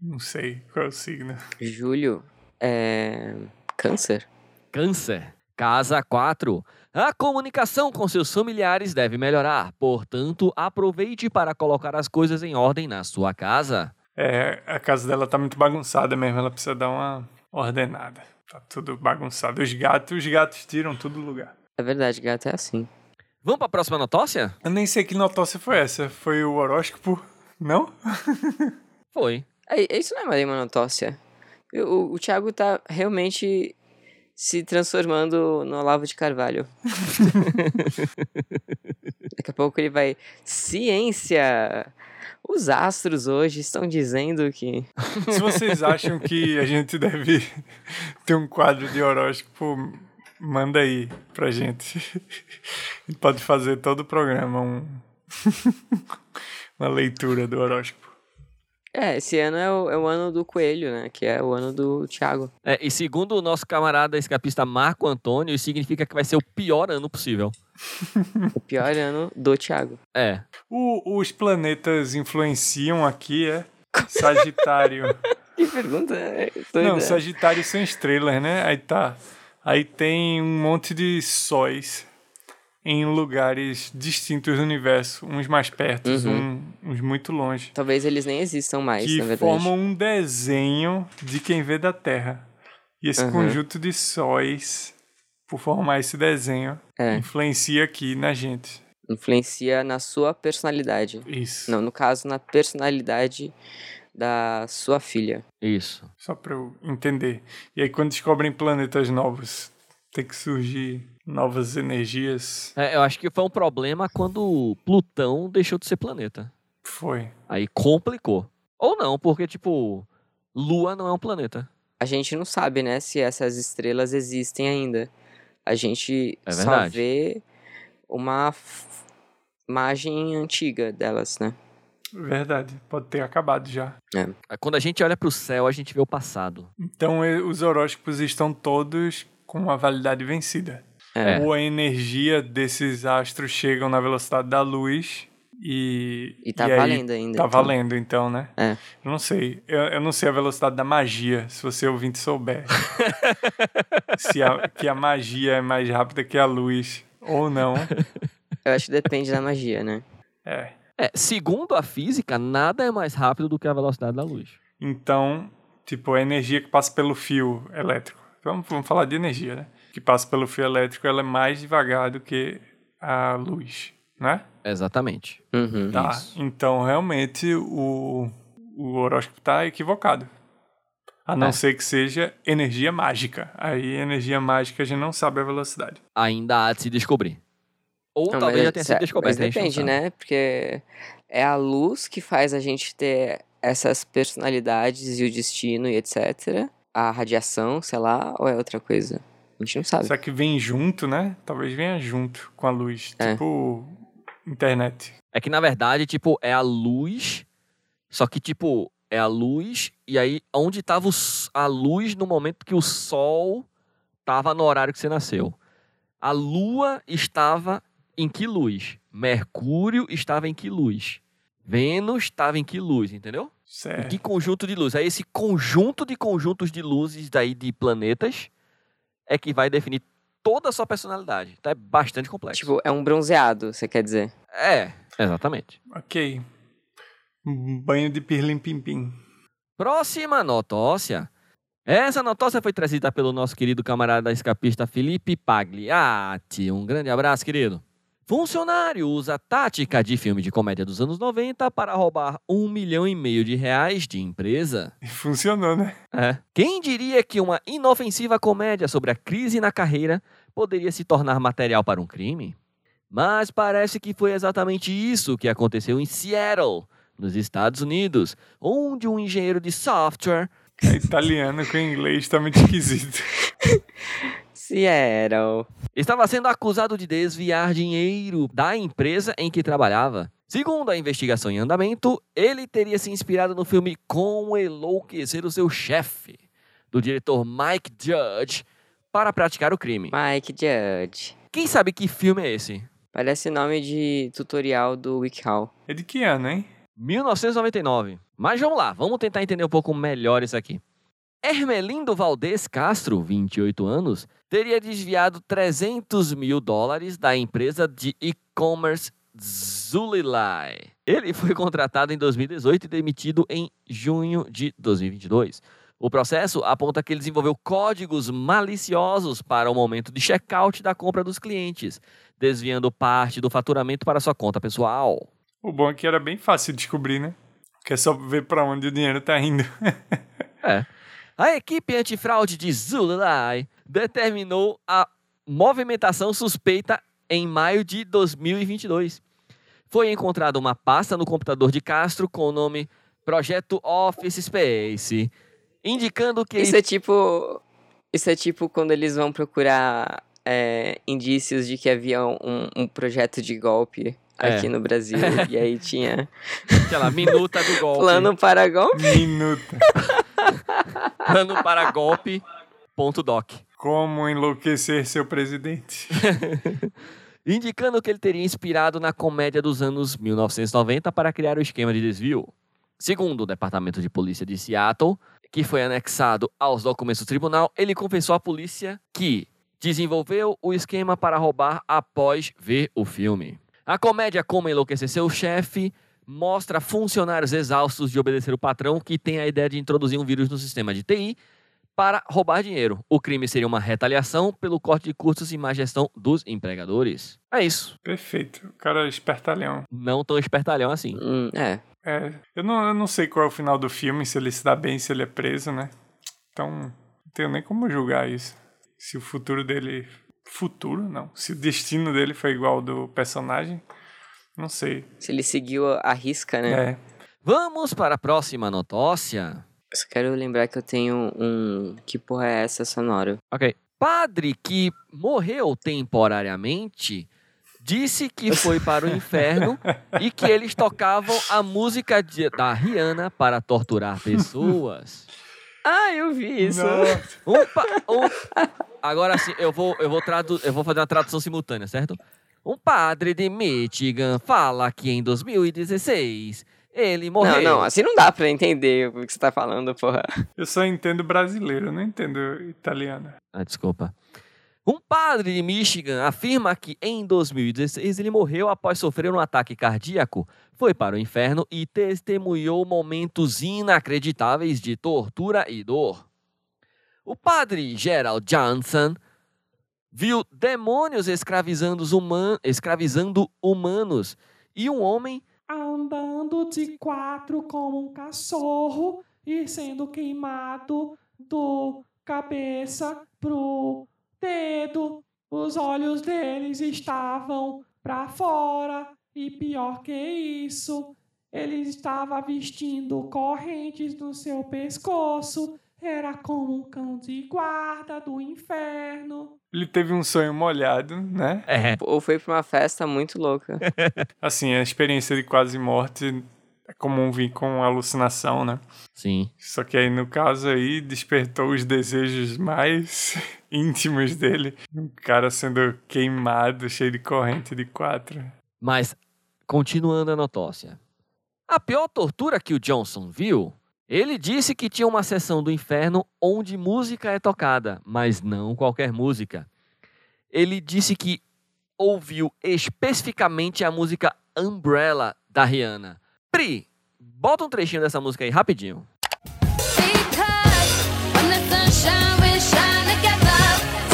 [SPEAKER 2] Não sei qual é o signo.
[SPEAKER 3] Júlio é. Câncer?
[SPEAKER 1] Câncer. Casa 4. A comunicação com seus familiares deve melhorar. Portanto, aproveite para colocar as coisas em ordem na sua casa.
[SPEAKER 2] É, a casa dela tá muito bagunçada mesmo, ela precisa dar uma ordenada. Tá tudo bagunçado. Os gatos, os gatos tiram tudo do lugar.
[SPEAKER 3] É verdade, gato é assim.
[SPEAKER 1] Vamos para a próxima notócia?
[SPEAKER 2] Eu nem sei que notócia foi essa. Foi o horóscopo? Não?
[SPEAKER 1] Foi.
[SPEAKER 3] É, isso não é mais uma notócia. Eu- O, o Thiago tá realmente se transformando no Olavo de [laughs] Carvalho. Daqui a pouco ele vai. Ciência! Os astros hoje estão dizendo que.
[SPEAKER 2] Se vocês acham que a gente deve [laughs] ter um quadro de horóscopo, manda aí pra gente. A gente pode fazer todo o programa um- [laughs] uma leitura do horóscopo.
[SPEAKER 3] É, esse ano é o, é o ano do coelho, né? Que é o ano do Thiago.
[SPEAKER 1] É, e segundo o nosso camarada escapista Marco Antônio, isso significa que vai ser o pior ano possível.
[SPEAKER 3] O pior ano do Thiago.
[SPEAKER 1] É.
[SPEAKER 2] O- os planetas influenciam aqui, é? Sagitário.
[SPEAKER 3] Que pergunta é doida.
[SPEAKER 2] Não, Sagitário são estrelas, né? Aí tá. Aí tem um monte de sóis em lugares distintos do universo, uns mais perto, um- uns muito longe.
[SPEAKER 3] Talvez eles nem existam mais,
[SPEAKER 2] que
[SPEAKER 3] na é verdade.
[SPEAKER 2] formam um desenho de quem vê da Terra. E esse
[SPEAKER 3] Aham.
[SPEAKER 2] conjunto de sóis, por formar esse desenho,
[SPEAKER 3] É.
[SPEAKER 2] influencia aqui na gente.
[SPEAKER 3] Influencia na sua personalidade.
[SPEAKER 2] Isso.
[SPEAKER 3] Não, no caso, na personalidade da sua filha.
[SPEAKER 1] Isso.
[SPEAKER 2] Só pra eu entender. E aí, quando descobrem planetas novos, tem que surgir novas energias.
[SPEAKER 1] É, eu acho que foi um problema quando Plutão deixou de ser planeta.
[SPEAKER 2] Foi.
[SPEAKER 1] Aí complicou. Ou não, porque, tipo, Lua não é um planeta.
[SPEAKER 3] A gente não sabe, né, se essas estrelas existem ainda. A gente
[SPEAKER 1] É
[SPEAKER 3] só
[SPEAKER 1] verdade.
[SPEAKER 3] vê uma f- imagem antiga delas, né?
[SPEAKER 2] Verdade. Pode ter acabado já.
[SPEAKER 1] Aí É, Quando a gente olha pro céu, a gente vê o passado.
[SPEAKER 2] Então, e- os horóscopos estão todos com a validade vencida.
[SPEAKER 1] É.
[SPEAKER 2] Ou a energia desses astros chegam na velocidade da luz e.
[SPEAKER 3] E tá
[SPEAKER 2] aí
[SPEAKER 3] valendo ainda.
[SPEAKER 2] Tá
[SPEAKER 3] então.
[SPEAKER 2] valendo, então, né?
[SPEAKER 3] É.
[SPEAKER 2] Eu não sei. Eu, eu não sei a velocidade da magia, se você ouvinte
[SPEAKER 3] [laughs]
[SPEAKER 2] souber. se a, que a magia é mais rápida que a luz ou
[SPEAKER 3] [laughs]
[SPEAKER 2] não.
[SPEAKER 3] Eu acho que depende da magia, né?
[SPEAKER 2] É.
[SPEAKER 1] É, segundo a física, nada é mais rápido do que a velocidade da luz.
[SPEAKER 2] Então, tipo, a energia que passa pelo fio elétrico. Vamos, vamos falar de energia, né? Que passa pelo fio elétrico, ela é mais devagar do que a luz, né?
[SPEAKER 1] Exatamente.
[SPEAKER 3] Uhum.
[SPEAKER 2] Tá.
[SPEAKER 1] Isso.
[SPEAKER 2] Então, realmente, o, o horóscopo tá equivocado. A não
[SPEAKER 1] É.
[SPEAKER 2] ser que seja energia mágica. Aí, energia mágica, a gente não sabe a velocidade.
[SPEAKER 1] Ainda há de se descobrir. Ou
[SPEAKER 3] Não,
[SPEAKER 1] talvez
[SPEAKER 3] mas-
[SPEAKER 1] já tenha
[SPEAKER 3] se-
[SPEAKER 1] sido descoberto. a
[SPEAKER 3] Mas
[SPEAKER 1] gente não sabe.
[SPEAKER 3] depende, né? Porque é a luz que faz a gente ter essas personalidades e o destino e etc. A radiação, sei lá, ou é outra coisa? A gente não sabe.
[SPEAKER 2] Será que vem junto, né? Talvez venha junto com a luz.
[SPEAKER 3] É.
[SPEAKER 2] Tipo, internet.
[SPEAKER 1] É que, na verdade, tipo, é a luz. Só que, tipo, é a luz. E aí, onde tava o s- a luz no momento que o sol tava no horário que você nasceu? A lua estava em que luz? Mercúrio estava em que luz? Vênus estava em que luz, entendeu? Em
[SPEAKER 2] Certo.
[SPEAKER 1] que conjunto de luz? Aí esse conjunto de conjuntos de luzes daí de planetas é que vai definir toda a sua personalidade. Então é bastante complexo.
[SPEAKER 3] Tipo, é um bronzeado, você quer dizer?
[SPEAKER 1] é, exatamente.
[SPEAKER 2] Ok. Um banho de pirlim-pim-pim.
[SPEAKER 1] Próxima notócia. Essa notócia foi trazida pelo nosso querido camarada escapista Felipe Pagliatti. Um grande abraço, querido. Funcionário usa tática de filme de comédia dos anos 90 para roubar um milhão e meio de reais de empresa.
[SPEAKER 2] E funcionou, né?
[SPEAKER 1] É. Quem diria que uma inofensiva comédia sobre a crise na carreira poderia se tornar material para um crime? Mas parece que foi exatamente isso que aconteceu em Seattle, nos Estados Unidos, onde um engenheiro de software
[SPEAKER 2] É italiano com inglês tá muito esquisito.
[SPEAKER 3] Seattle.
[SPEAKER 1] estava sendo acusado de desviar dinheiro da empresa em que trabalhava. Segundo a investigação em andamento, ele teria se inspirado no filme Como Enlouquecer o Seu Chefe, do diretor Mike Judge, para praticar o crime.
[SPEAKER 3] Mike Judge.
[SPEAKER 1] Quem sabe que filme é esse?
[SPEAKER 3] Parece nome de tutorial do WikiHow.
[SPEAKER 2] É de que ano, hein?
[SPEAKER 1] 1999. Mas vamos lá, vamos tentar entender um pouco melhor isso aqui. Hermelindo Valdez Castro, 28 anos, teria desviado 300 mil dólares da empresa de e-commerce Zulilai. Ele foi contratado em 2018 e demitido em junho de 2022. O processo aponta que ele desenvolveu códigos maliciosos para o momento de checkout da compra dos clientes, desviando parte do faturamento para sua conta pessoal.
[SPEAKER 2] O bom é que era bem fácil de descobrir, né? Que é só ver pra onde o dinheiro tá indo.
[SPEAKER 1] [laughs] É. A equipe antifraude de Zulai determinou a movimentação suspeita em maio de 2022. Foi encontrada uma pasta no computador de Castro com o nome Projeto Office Space, indicando que
[SPEAKER 3] Isso
[SPEAKER 1] ele-
[SPEAKER 3] é tipo. Isso é tipo quando eles vão procurar é, indícios de que havia um, um projeto de golpe
[SPEAKER 1] É.
[SPEAKER 3] aqui no Brasil. e aí tinha
[SPEAKER 1] [laughs] sei lá, minuta do golpe,
[SPEAKER 3] plano para golpe.
[SPEAKER 2] Minuta.
[SPEAKER 1] plano para golpe, ponto doc.
[SPEAKER 2] Como enlouquecer seu presidente. [laughs]
[SPEAKER 1] indicando que ele teria inspirado na comédia dos anos 1990 para criar o esquema de desvio. Segundo o Departamento de Polícia de Seattle, que foi anexado aos documentos do tribunal, ele confessou à polícia que desenvolveu o esquema para roubar após ver o filme. A comédia Como Enlouquecer Seu Chefe mostra funcionários exaustos de obedecer o patrão que tem a ideia de introduzir um vírus no sistema de TI para roubar dinheiro. O crime seria uma retaliação pelo corte de custos e má gestão dos empregadores. É isso.
[SPEAKER 2] Perfeito. O cara é espertalhão.
[SPEAKER 1] Não tão espertalhão assim.
[SPEAKER 3] Hum, é.
[SPEAKER 2] É, eu, não, eu não sei qual é o final do filme, se ele se dá bem, se ele é preso, né? Então, não tenho nem como julgar isso. Se o futuro dele. Futuro, não. Se o destino dele foi igual ao do personagem, não sei.
[SPEAKER 3] Se ele seguiu a risca, né?
[SPEAKER 2] É.
[SPEAKER 1] Vamos para a próxima notócia.
[SPEAKER 3] Eu só quero lembrar que eu tenho um. Que porra é essa sonora?
[SPEAKER 1] Ok. Padre que morreu temporariamente disse que foi para o inferno e que eles tocavam a música de- da Rihanna para torturar pessoas.
[SPEAKER 3] Ah, eu vi isso.
[SPEAKER 2] Nossa.
[SPEAKER 1] Um pa- um- Agora sim, eu vou, eu, vou tradu... eu vou fazer uma tradução simultânea, certo? Um padre de Michigan fala que em 2016 ele morreu.
[SPEAKER 3] Não, não, assim não dá pra entender o que você tá falando, porra.
[SPEAKER 2] Eu só entendo brasileiro, eu não entendo italiano.
[SPEAKER 1] Ah, desculpa. Um padre de Michigan afirma que em 2016 ele morreu após sofrer um ataque cardíaco, foi para o inferno e testemunhou momentos inacreditáveis de tortura e dor. O padre Gerald Johnson viu demônios escravizando, os human- escravizando humanos e um homem
[SPEAKER 7] andando de quatro como um cachorro e sendo queimado do cabeça pro dedo. Os olhos deles estavam para fora e pior que isso, ele estava vestindo correntes no seu pescoço. Era como um cão de guarda do inferno.
[SPEAKER 2] Ele teve um sonho molhado, né?
[SPEAKER 1] é,
[SPEAKER 3] Ou foi pra uma festa muito louca.
[SPEAKER 2] Assim, a experiência de quase morte é comum vir com alucinação, né?
[SPEAKER 1] sim,
[SPEAKER 2] Só que aí, no caso aí, despertou os desejos mais [laughs] íntimos dele. Um cara sendo queimado, cheio de corrente de quatro.
[SPEAKER 1] Mas, continuando a notócia. A pior tortura que o Johnson viu, ele disse que tinha uma sessão do inferno onde música é tocada, mas não qualquer música. Ele disse que ouviu especificamente a música Umbrella da Rihanna. Pri, bota um trechinho dessa música aí rapidinho.
[SPEAKER 8] Because when the sunshine we shine together,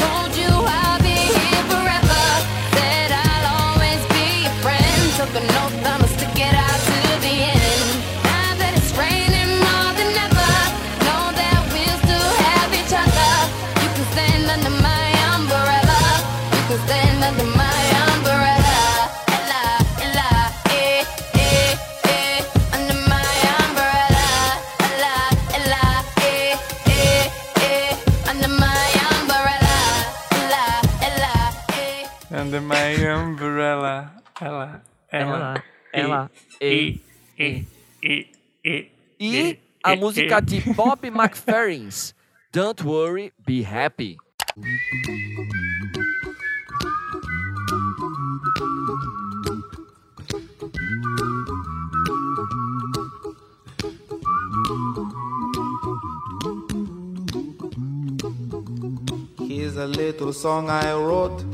[SPEAKER 8] told you I'll be here forever. Said I'll always be your friend. Took an oath I'ma stick it out to the end. Now that it's raining more than ever, know that we'll still have each other. You can stand under my umbrella. You can stand under my umbrella. Ella, Ella, eh, eh, eh, under my umbrella. Ella, Ella, eh, eh, eh, under my umbrella. Ella, Ella, eh.
[SPEAKER 2] Under my umbrella. Ela, ela,
[SPEAKER 1] ela,
[SPEAKER 2] e, e, e, e,
[SPEAKER 1] E a música de [laughs] Bob McFerrins, Don't Worry, Be Happy.
[SPEAKER 9] Here's a little song I wrote.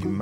[SPEAKER 9] You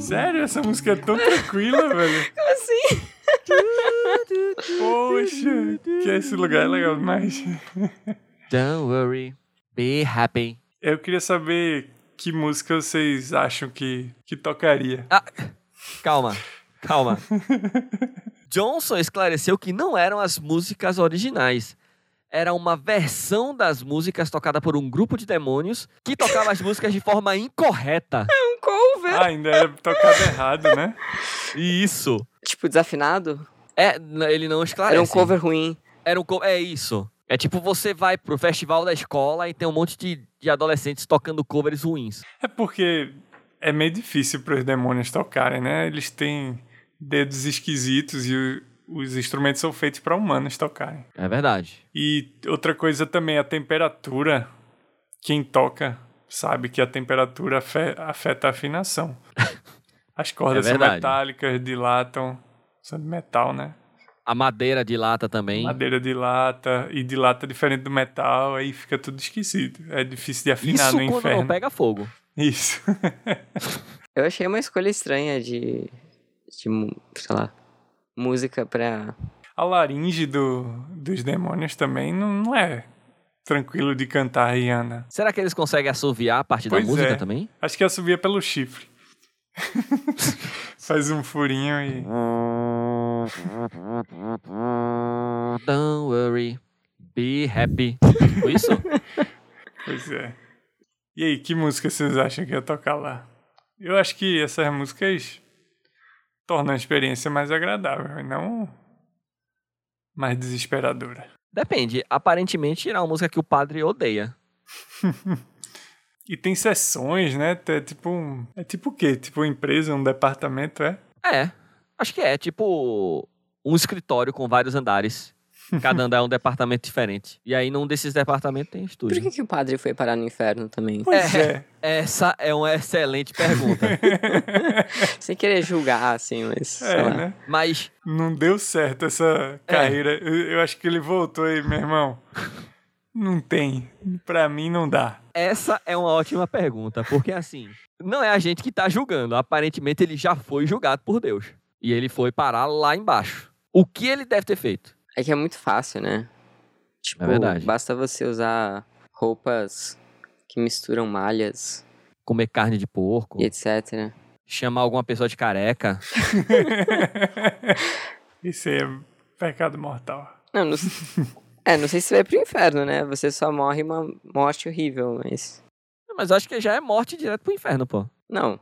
[SPEAKER 2] Sério, essa música é tão tranquila, velho.
[SPEAKER 3] Como assim?
[SPEAKER 2] Poxa, que esse lugar é legal demais.
[SPEAKER 1] Don't worry, be happy.
[SPEAKER 2] Eu queria saber que música vocês acham que, que tocaria.
[SPEAKER 1] Ah, calma, calma. Johnson esclareceu que não eram as músicas originais. Era uma versão das músicas tocada por um grupo de demônios que tocava as músicas de forma incorreta.
[SPEAKER 3] [laughs] Um cover?
[SPEAKER 2] Ah, ainda era tocado errado, né?
[SPEAKER 1] E isso.
[SPEAKER 3] Tipo, desafinado?
[SPEAKER 1] É, n- ele não esclarece.
[SPEAKER 3] Era um cover ruim.
[SPEAKER 1] Era um co- É isso. É tipo você vai pro festival da escola e tem um monte de, de adolescentes tocando covers ruins.
[SPEAKER 2] É porque é meio difícil para os demônios tocarem, né? Eles têm dedos esquisitos e o- os instrumentos são feitos para humanos tocarem.
[SPEAKER 1] É verdade.
[SPEAKER 2] E outra coisa também, a temperatura. Quem toca sabe que a temperatura afe- afeta
[SPEAKER 1] [laughs]
[SPEAKER 2] a afinação. As cordas
[SPEAKER 1] É
[SPEAKER 2] são
[SPEAKER 1] verdade.
[SPEAKER 2] metálicas, dilatam, são de metal, né?
[SPEAKER 1] A madeira de lata também.
[SPEAKER 2] Madeira de lata e de lata diferente do metal, aí fica tudo esquisito. É difícil de afinar
[SPEAKER 1] Isso
[SPEAKER 2] no
[SPEAKER 1] quando
[SPEAKER 2] inferno.
[SPEAKER 1] não pega fogo.
[SPEAKER 2] Isso.
[SPEAKER 3] Eu achei uma escolha estranha de. de mu- sei lá. Música pra.
[SPEAKER 2] A laringe do, dos demônios também não, não é tranquilo de cantar, Rihanna.
[SPEAKER 1] Será que eles conseguem assoviar a parte
[SPEAKER 2] Pois
[SPEAKER 1] da música
[SPEAKER 2] é.
[SPEAKER 1] também?
[SPEAKER 2] Acho que subia pelo chifre. [laughs] Faz um furinho e.
[SPEAKER 1] Don't worry, be happy. Tipo Isso?
[SPEAKER 2] Pois é. E aí, que música vocês acham que ia tocar lá? Eu acho que essas músicas tornam a experiência mais agradável e não mais desesperadora.
[SPEAKER 1] [laughs] Depende. Aparentemente era uma música que o padre odeia.
[SPEAKER 2] E tem sessões, né? É tipo um. É tipo o quê? Tipo uma empresa, um departamento, é?
[SPEAKER 1] É, acho que é. Tipo um escritório com vários andares. Cada andar é um departamento diferente. E aí num desses departamentos tem
[SPEAKER 3] Por
[SPEAKER 1] estúdio.
[SPEAKER 3] que, que o padre foi parar no inferno também?
[SPEAKER 2] Pois
[SPEAKER 1] É.
[SPEAKER 2] é.
[SPEAKER 1] Essa é uma excelente [laughs] pergunta.
[SPEAKER 3] Sem querer julgar, assim, mas.
[SPEAKER 2] É,
[SPEAKER 3] sei lá.
[SPEAKER 2] né?
[SPEAKER 1] Mas
[SPEAKER 2] Não deu certo essa carreira. Eu, eu acho que ele voltou aí, meu irmão. Não tem. Pra mim não dá.
[SPEAKER 1] essa é uma ótima pergunta, porque assim, não é a gente que tá julgando. Aparentemente ele já foi julgado por Deus. E ele foi parar lá embaixo. O que ele deve ter feito?
[SPEAKER 3] É que é muito fácil, né? Tipo,
[SPEAKER 1] verdade.
[SPEAKER 3] basta você usar roupas que misturam malhas
[SPEAKER 1] Comer carne de porco?
[SPEAKER 3] e etc.
[SPEAKER 1] Chamar alguma pessoa de careca?
[SPEAKER 2] Isso aí é pecado mortal.
[SPEAKER 3] Não, não... [laughs] é, não sei se vai pro inferno, né? Você só morre uma morte horrível, mas.
[SPEAKER 1] Mas eu acho que já é morte direto pro inferno, pô.
[SPEAKER 3] Não.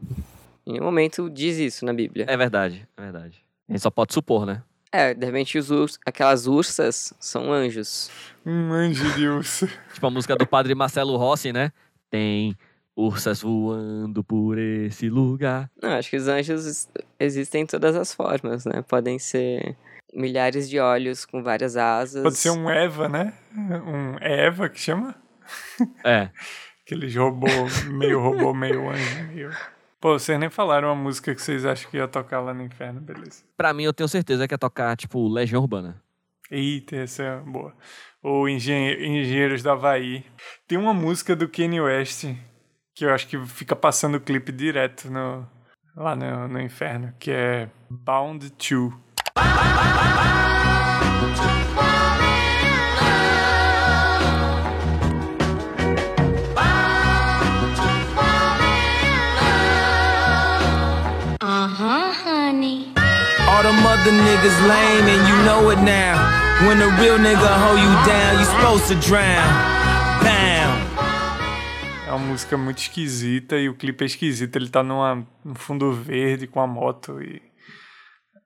[SPEAKER 3] Em nenhum momento diz isso na Bíblia.
[SPEAKER 1] É verdade, é verdade. A gente só pode supor, né?
[SPEAKER 3] É, de repente os urs... aquelas ursas são anjos.
[SPEAKER 2] Um anjo de urso.
[SPEAKER 1] Tipo a música do padre Marcelo Rossi, né? Tem ursas voando por esse lugar.
[SPEAKER 3] Não, acho que os anjos es- existem em todas as formas, né? Podem ser milhares de olhos com várias asas.
[SPEAKER 2] Pode ser um Eva, né? Um é Eva que chama?
[SPEAKER 1] É.
[SPEAKER 2] Aqueles robô, meio robô, meio anjo. Meio... Pô, vocês nem falaram a música que vocês acham que ia tocar lá no inferno, beleza.
[SPEAKER 1] Pra mim, eu tenho certeza que é tocar, tipo, Legião Urbana.
[SPEAKER 2] Eita, essa é boa. Ou Engen- Engenheiros do Havaí. Tem uma música do Kanye West que eu acho que fica passando o clipe direto no, lá no, no inferno, que é Bound to.
[SPEAKER 8] Uh-huh, honey.
[SPEAKER 9] All the mother niggas lame and you know it now. When a real nigga hold you down, you supposed to drown. Bam.
[SPEAKER 2] É uma música muito esquisita e o clipe é esquisito. Ele tá numa, num fundo verde com a moto e.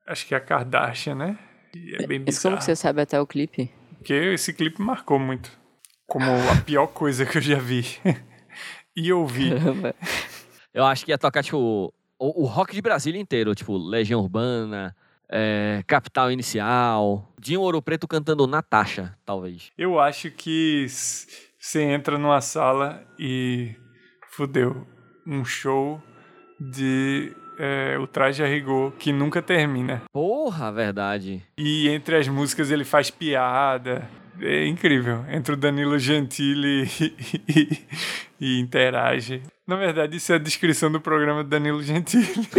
[SPEAKER 2] Acho que é a Kardashian, né? E é bem
[SPEAKER 3] Mas como
[SPEAKER 2] bizarro.
[SPEAKER 3] que você sabe até o clipe?
[SPEAKER 2] Porque esse clipe marcou muito. Como a pior coisa que eu já vi. [laughs] e ouvi. [laughs]
[SPEAKER 3] Caramba.
[SPEAKER 1] Eu acho que ia tocar, tipo, o, o rock de Brasília inteiro. Tipo, Legião Urbana, é, Capital Inicial. Dinho Ouro Preto cantando Natasha, talvez.
[SPEAKER 2] Eu acho que s- você entra numa sala e fudeu um show de é, o traje a rigor que nunca termina.
[SPEAKER 1] Porra, verdade.
[SPEAKER 2] E entre as músicas ele faz piada. É incrível. Entre o Danilo Gentili [laughs] e, e- e interage. Na verdade, isso é a descrição do programa do Danilo Gentili. [laughs]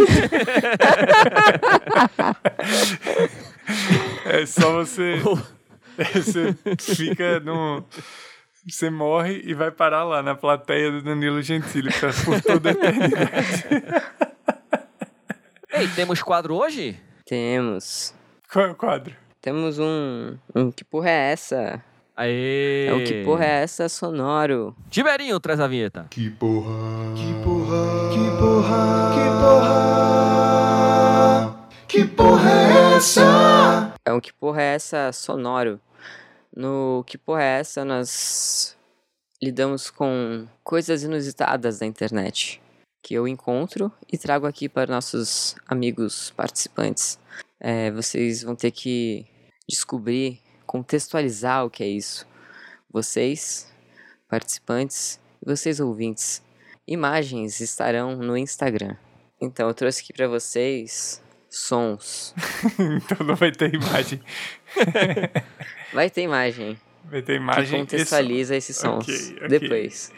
[SPEAKER 2] é só você. Você fica no. Você morre e vai parar lá na plateia do Danilo Gentili pra- por toda a eternidade.
[SPEAKER 1] Ei, temos quadro hoje?
[SPEAKER 3] Temos.
[SPEAKER 2] Qual é o quadro?
[SPEAKER 3] Temos um. Um que porra é essa?
[SPEAKER 1] Aê!
[SPEAKER 3] É um que porra é essa sonoro?
[SPEAKER 1] Tiberinho, traz a vinheta.
[SPEAKER 4] Que porra. Que porra. Que porra. Que porra. Que porra é essa?
[SPEAKER 3] É um que porra é essa sonoro? No que porra é essa nós lidamos com coisas inusitadas da internet que eu encontro e trago aqui para nossos amigos participantes. É, vocês vão ter que descobrir, contextualizar o que é isso. Vocês, participantes, e vocês ouvintes. Imagens estarão no Instagram. Então eu trouxe aqui para vocês Sons.
[SPEAKER 2] então não vai ter imagem.
[SPEAKER 3] Vai ter imagem
[SPEAKER 2] Vai ter
[SPEAKER 3] que
[SPEAKER 2] imagem.
[SPEAKER 3] contextualiza esses sons
[SPEAKER 2] ok, ok.
[SPEAKER 3] depois.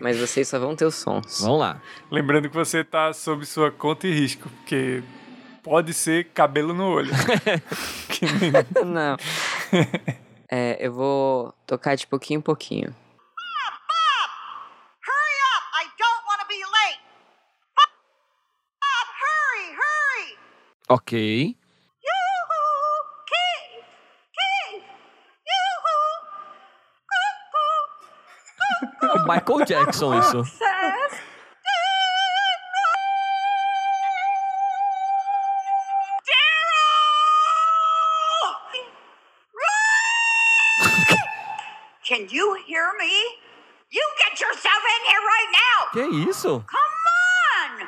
[SPEAKER 3] Mas vocês só vão ter os sons.
[SPEAKER 1] Vamos lá.
[SPEAKER 2] Isso- Lembrando que você tá sob sua conta e risco, porque pode ser cabelo no olho. Que nem-
[SPEAKER 3] [laughs] Não. É, eu vou tocar de pouquinho em pouquinho.
[SPEAKER 8] Hurry up! I don't want to be late! Bob, hurry, hurry!
[SPEAKER 1] Ok.
[SPEAKER 8] Yoo-hoo! King! King!
[SPEAKER 1] É
[SPEAKER 8] Yoo-hoo! Cuckoo!
[SPEAKER 1] o [laughs] Michael Jackson, isso.
[SPEAKER 8] Says... Daryl! Run! [laughs] Can you hear me? You get yourself in here right now!
[SPEAKER 1] Que isso?
[SPEAKER 8] Come on!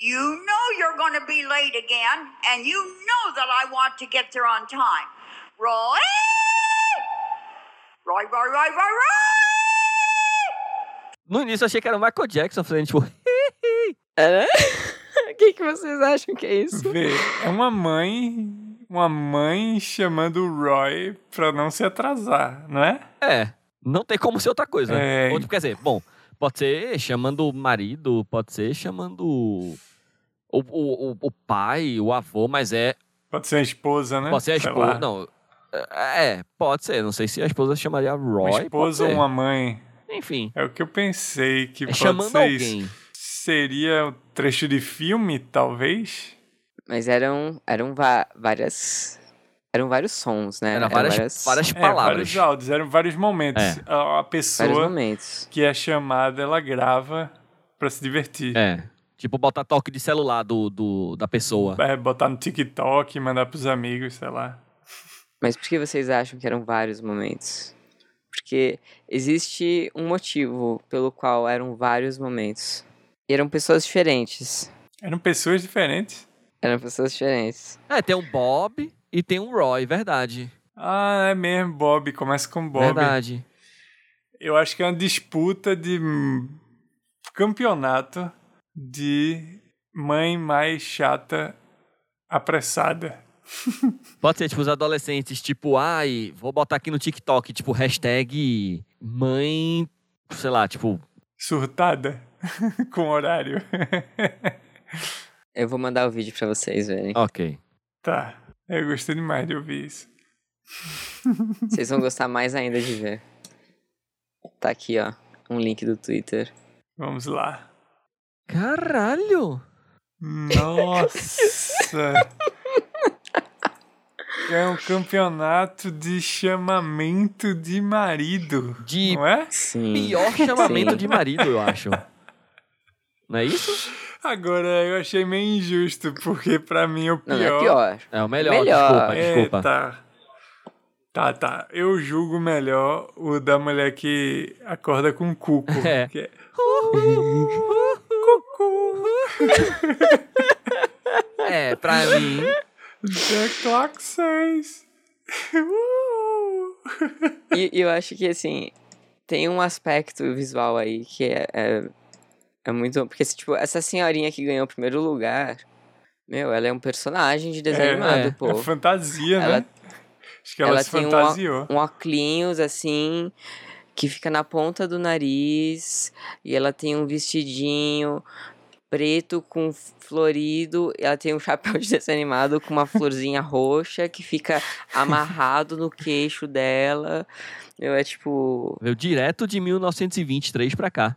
[SPEAKER 8] You know you're going to be late again, and you know that I want to get there on time. Roy! Roy, Roy, Roy, Roy, Roy!
[SPEAKER 1] No início eu achei que era o Michael Jackson fazendo tipo.
[SPEAKER 3] É, né? O que, que vocês acham que é isso?
[SPEAKER 2] Vê, é uma mãe. Uma mãe chamando o Roy pra não se atrasar, não é?
[SPEAKER 1] É. Não tem como ser outra coisa. né?
[SPEAKER 2] É.
[SPEAKER 1] Ou, tipo, quer dizer, bom, pode ser chamando o marido, pode ser chamando o, o, o, o pai, o avô, mas é.
[SPEAKER 2] Pode ser a esposa, né?
[SPEAKER 1] Pode ser a
[SPEAKER 2] Sei
[SPEAKER 1] esposa.
[SPEAKER 2] lá.
[SPEAKER 1] Não. É, pode ser. Não sei se a esposa chamaria Roy.
[SPEAKER 2] Uma
[SPEAKER 1] pode
[SPEAKER 2] esposa ou
[SPEAKER 1] ser.
[SPEAKER 2] uma mãe.
[SPEAKER 1] Enfim.
[SPEAKER 2] É o que eu pensei que
[SPEAKER 1] É
[SPEAKER 2] pode
[SPEAKER 1] chamando
[SPEAKER 2] ser isso.
[SPEAKER 1] alguém.
[SPEAKER 2] Seria um trecho de filme, talvez?
[SPEAKER 3] Mas eram, eram va- várias. Eram vários sons, né?
[SPEAKER 1] Era várias, várias
[SPEAKER 2] É,
[SPEAKER 1] palavras.
[SPEAKER 2] vários áudios, eram vários momentos.
[SPEAKER 1] É.
[SPEAKER 2] A, a
[SPEAKER 3] vários
[SPEAKER 2] pessoa
[SPEAKER 3] momentos.
[SPEAKER 2] que é chamada, ela grava pra se divertir.
[SPEAKER 1] é. Tipo, botar toque de celular do, do, da pessoa.
[SPEAKER 2] É, botar no TikTok, mandar pros amigos, sei lá.
[SPEAKER 3] Mas por que vocês acham que eram vários momentos? Porque existe um motivo pelo qual eram vários momentos. E eram pessoas diferentes.
[SPEAKER 2] Eram pessoas diferentes.
[SPEAKER 3] Eram pessoas diferentes.
[SPEAKER 1] É, tem um Bob e tem um Roy, verdade.
[SPEAKER 2] Ah, é mesmo, Bob. Começa com Bob.
[SPEAKER 1] Verdade.
[SPEAKER 2] Eu acho que é uma disputa de hum, campeonato de mãe mais chata apressada.
[SPEAKER 1] Pode ser, tipo, os adolescentes, tipo, ai, vou botar aqui no TikTok, tipo, hashtag mãe, sei lá, tipo,
[SPEAKER 2] Surtada [laughs] com horário. [laughs]
[SPEAKER 3] Eu vou mandar o vídeo pra vocês verem.
[SPEAKER 1] ok.
[SPEAKER 2] tá. Eu gostei demais de ouvir isso.
[SPEAKER 3] Vocês vão gostar mais ainda de ver. Tá aqui, ó. Um link do Twitter.
[SPEAKER 2] Vamos lá.
[SPEAKER 1] Caralho!
[SPEAKER 2] Nossa! É um campeonato de chamamento de marido.
[SPEAKER 1] De
[SPEAKER 2] Não é?
[SPEAKER 3] Sim.
[SPEAKER 1] [laughs] pior chamamento
[SPEAKER 3] Sim.
[SPEAKER 1] de marido, eu acho. Não é isso?
[SPEAKER 2] Agora, eu achei meio injusto, porque pra mim o
[SPEAKER 3] Não,
[SPEAKER 2] pior.
[SPEAKER 3] não é pior.
[SPEAKER 1] É o melhor,
[SPEAKER 3] Melhor.
[SPEAKER 1] desculpa, desculpa.
[SPEAKER 2] Eita. Tá, tá. Eu julgo melhor o da mulher que acorda com
[SPEAKER 3] [laughs]
[SPEAKER 2] cuco.
[SPEAKER 1] É.
[SPEAKER 2] Que é-
[SPEAKER 1] É, pra mim,
[SPEAKER 2] The clock says. Uh!
[SPEAKER 3] E e eu acho que, assim, tem um aspecto visual aí que é, é, é muito. Porque, assim, tipo, essa senhorinha que ganhou o primeiro lugar, meu, ela é um personagem de desenho
[SPEAKER 2] É,
[SPEAKER 3] animado,
[SPEAKER 1] é.
[SPEAKER 3] pô.
[SPEAKER 2] É fantasia,
[SPEAKER 3] Ela-
[SPEAKER 2] né? Acho que ela,
[SPEAKER 3] ela
[SPEAKER 2] se
[SPEAKER 3] tem um-
[SPEAKER 2] fantasiou.
[SPEAKER 3] Um óculos, assim, que fica na ponta do nariz, e ela tem um vestidinho preto com florido, e ela tem um chapéu de desenho animado com uma florzinha roxa que fica amarrado no queixo dela. Eu é tipo.
[SPEAKER 1] veio direto de 1923 pra cá.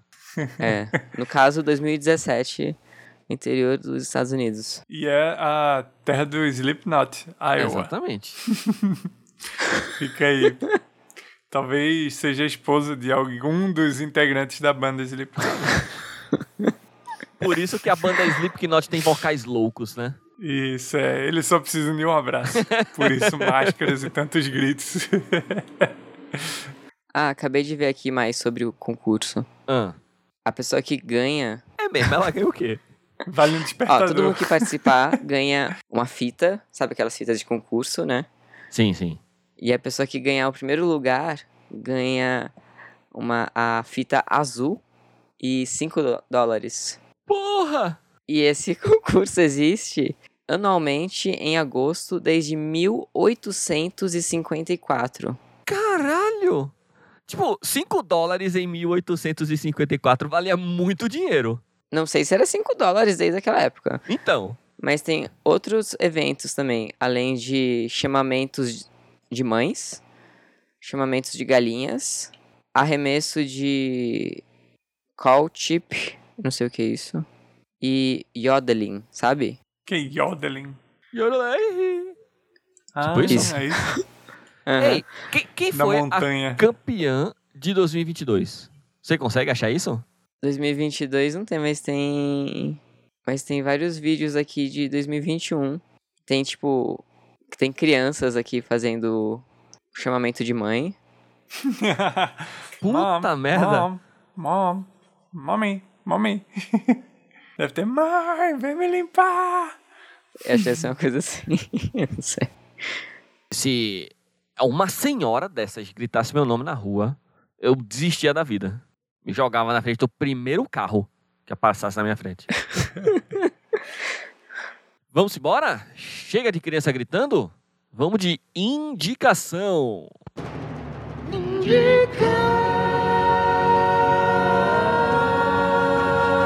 [SPEAKER 3] É. No caso, 2017, interior dos Estados Unidos.
[SPEAKER 2] E é a terra do Slipknot, Iowa.
[SPEAKER 1] Exatamente.
[SPEAKER 2] Fica
[SPEAKER 3] [laughs]
[SPEAKER 2] aí. Talvez seja a esposa de algum dos integrantes da banda Slipknot.
[SPEAKER 1] Por isso que a banda Slipknot tem vocais loucos, né?
[SPEAKER 2] Isso, é. Eles só precisam de um abraço. Por
[SPEAKER 3] [laughs]
[SPEAKER 2] isso, máscaras e tantos gritos.
[SPEAKER 3] Ah, acabei de ver aqui mais sobre o concurso.
[SPEAKER 1] Ah.
[SPEAKER 3] A pessoa que ganha.
[SPEAKER 1] É mesmo, ela ganhou o quê?
[SPEAKER 2] Vale um
[SPEAKER 3] [laughs] Ó,
[SPEAKER 2] despertador.
[SPEAKER 3] Ah, todo mundo que participar ganha uma fita, sabe aquelas fitas de concurso, né?
[SPEAKER 1] Sim, sim.
[SPEAKER 3] E a pessoa que ganhar o primeiro lugar ganha uma a fita azul e 5 dólares.
[SPEAKER 1] Porra!
[SPEAKER 3] [laughs] E esse concurso existe anualmente em agosto desde 1854.
[SPEAKER 1] Caralho! Tipo, 5 dólares em 1854 valia muito dinheiro.
[SPEAKER 3] Não sei se era 5 dólares desde aquela época.
[SPEAKER 1] Então,
[SPEAKER 3] Mas tem outros eventos também, além de chamamentos de mães, chamamentos de galinhas, arremesso de call chip, não sei o que é isso, e yodeling, sabe?
[SPEAKER 2] Que yodeling.
[SPEAKER 1] Yorulei!
[SPEAKER 2] Ah,
[SPEAKER 1] Tipo
[SPEAKER 3] isso?
[SPEAKER 2] é isso.
[SPEAKER 3] Aham.
[SPEAKER 1] Ei, quem, quem
[SPEAKER 2] Da
[SPEAKER 1] foi a
[SPEAKER 2] montanha. [laughs]
[SPEAKER 1] campeã de 2022? Você consegue achar isso?
[SPEAKER 3] 2022 não tem, mas tem. Mas tem vários vídeos aqui de 2021. Tem, tipo. Tem crianças aqui fazendo chamamento de mãe.
[SPEAKER 1] Puta [laughs] merda!
[SPEAKER 2] Mom, mom, mommy, mommy. [laughs] Deve ter, mãe, vem me limpar.
[SPEAKER 3] Eu acho que deve ser uma coisa assim. [laughs] eu não sei.
[SPEAKER 1] Se uma senhora dessas gritasse meu nome na rua, eu desistia da vida. Me jogava na frente do primeiro carro que passasse na minha frente. Vamos embora? Chega de criança gritando? Vamos de indicação.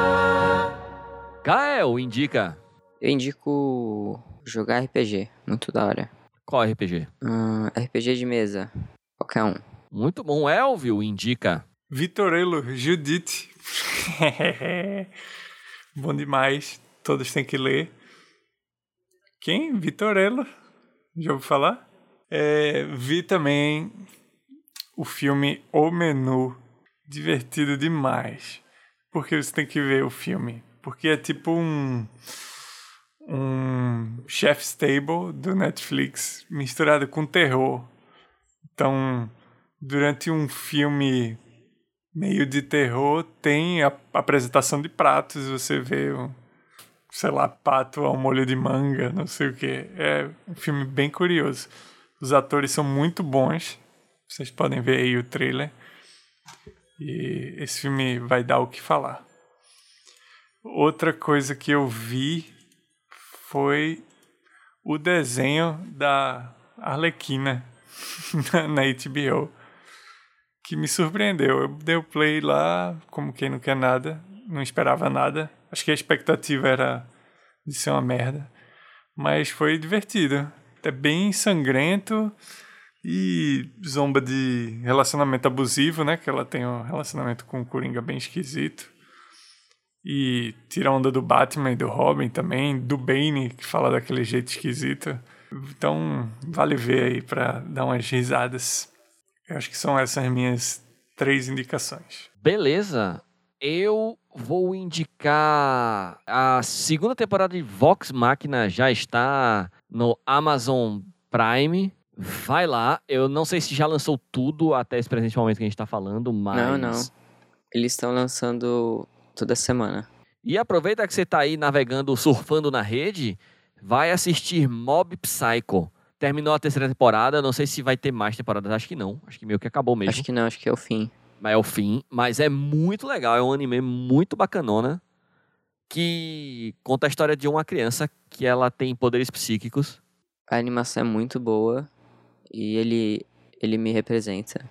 [SPEAKER 1] Indica. Gael indica
[SPEAKER 3] Eu indico jogar RPG. Muito da hora. Hum,
[SPEAKER 1] qual RPG?
[SPEAKER 3] Ahn, RPG de mesa. Qualquer um.
[SPEAKER 1] Muito bom, Elvio indica.
[SPEAKER 2] Vitorello, Judite. [laughs] Bom demais. Todos têm que ler. Quem? Vitorello. Já ouviu falar? É, vi também o filme O Menu. Divertido demais. Porque você tem que ver o filme. Porque é tipo um. Um chef's table do Netflix misturado com terror. Então, durante um filme meio de terror, tem a apresentação de pratos, você vê um, sei lá, pato ao molho de manga, não sei o que. É um filme bem curioso. Os atores são muito bons. Vocês podem ver aí o trailer. E esse filme vai dar o que falar. Outra coisa que eu vi foi o desenho da Arlequina [laughs] na- na HBO que me surpreendeu. Eu dei o play lá, como quem não quer nada, não esperava nada. Acho que a expectativa era de ser uma merda, mas foi divertido. É bem sangrento e zomba de relacionamento abusivo, né? Que ela tem um relacionamento com o Coringa bem esquisito. E tira onda do Batman e do Robin também, do Bane, que fala daquele jeito esquisito. Então, vale ver aí pra dar umas risadas. Eu acho que são essas minhas três indicações.
[SPEAKER 1] Beleza. Eu vou indicar a segunda temporada de Vox Machina já está no Amazon Prime. Vai lá. Eu não sei se já lançou tudo até esse presente momento que a gente está falando, mas
[SPEAKER 3] Não, não. Eles estão lançando toda semana.
[SPEAKER 1] E aproveita que você tá aí navegando, surfando na rede, vai assistir Mob Psycho. Terminou a terceira temporada, não sei se vai ter mais temporadas, acho que não. Acho que meio que acabou mesmo.
[SPEAKER 3] Acho que não, acho que é o fim.
[SPEAKER 1] mas é o fim. Mas é muito legal, é um anime muito bacanona que conta a história de uma criança que ela tem poderes psíquicos.
[SPEAKER 3] A animação é muito boa e ele, ele me representa.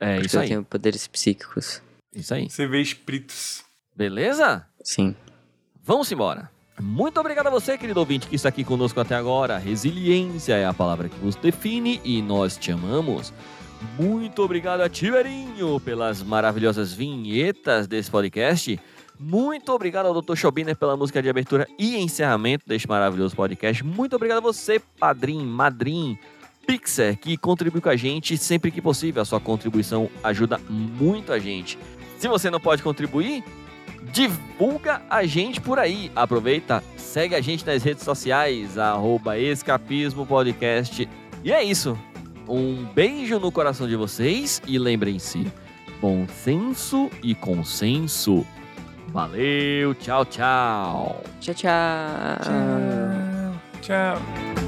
[SPEAKER 1] É
[SPEAKER 3] porque
[SPEAKER 1] isso
[SPEAKER 3] eu
[SPEAKER 1] aí,
[SPEAKER 3] tenho poderes psíquicos.
[SPEAKER 1] isso aí.
[SPEAKER 2] Você vê espíritos.
[SPEAKER 1] Beleza?
[SPEAKER 3] Sim.
[SPEAKER 1] Vamos embora. Muito obrigado a você, querido ouvinte, que está aqui conosco até agora. Resiliência é a palavra que nos define e nós te amamos. Muito obrigado a Tiberinho pelas maravilhosas vinhetas desse podcast. Muito obrigado ao Dr. Schobiner pela música de abertura e encerramento deste maravilhoso podcast. Muito obrigado a você, padrim, madrim, Pixar, que contribui com a gente sempre que possível. A sua contribuição ajuda muito a gente. Se você não pode contribuir, divulga a gente por aí. Aproveita, segue a gente nas redes sociais, arroba Escapismo Podcast. E é isso. Um beijo no coração de vocês e lembrem-se, bom senso e consenso. Valeu, tchau, tchau.
[SPEAKER 3] Tchau, tchau.
[SPEAKER 2] Tchau.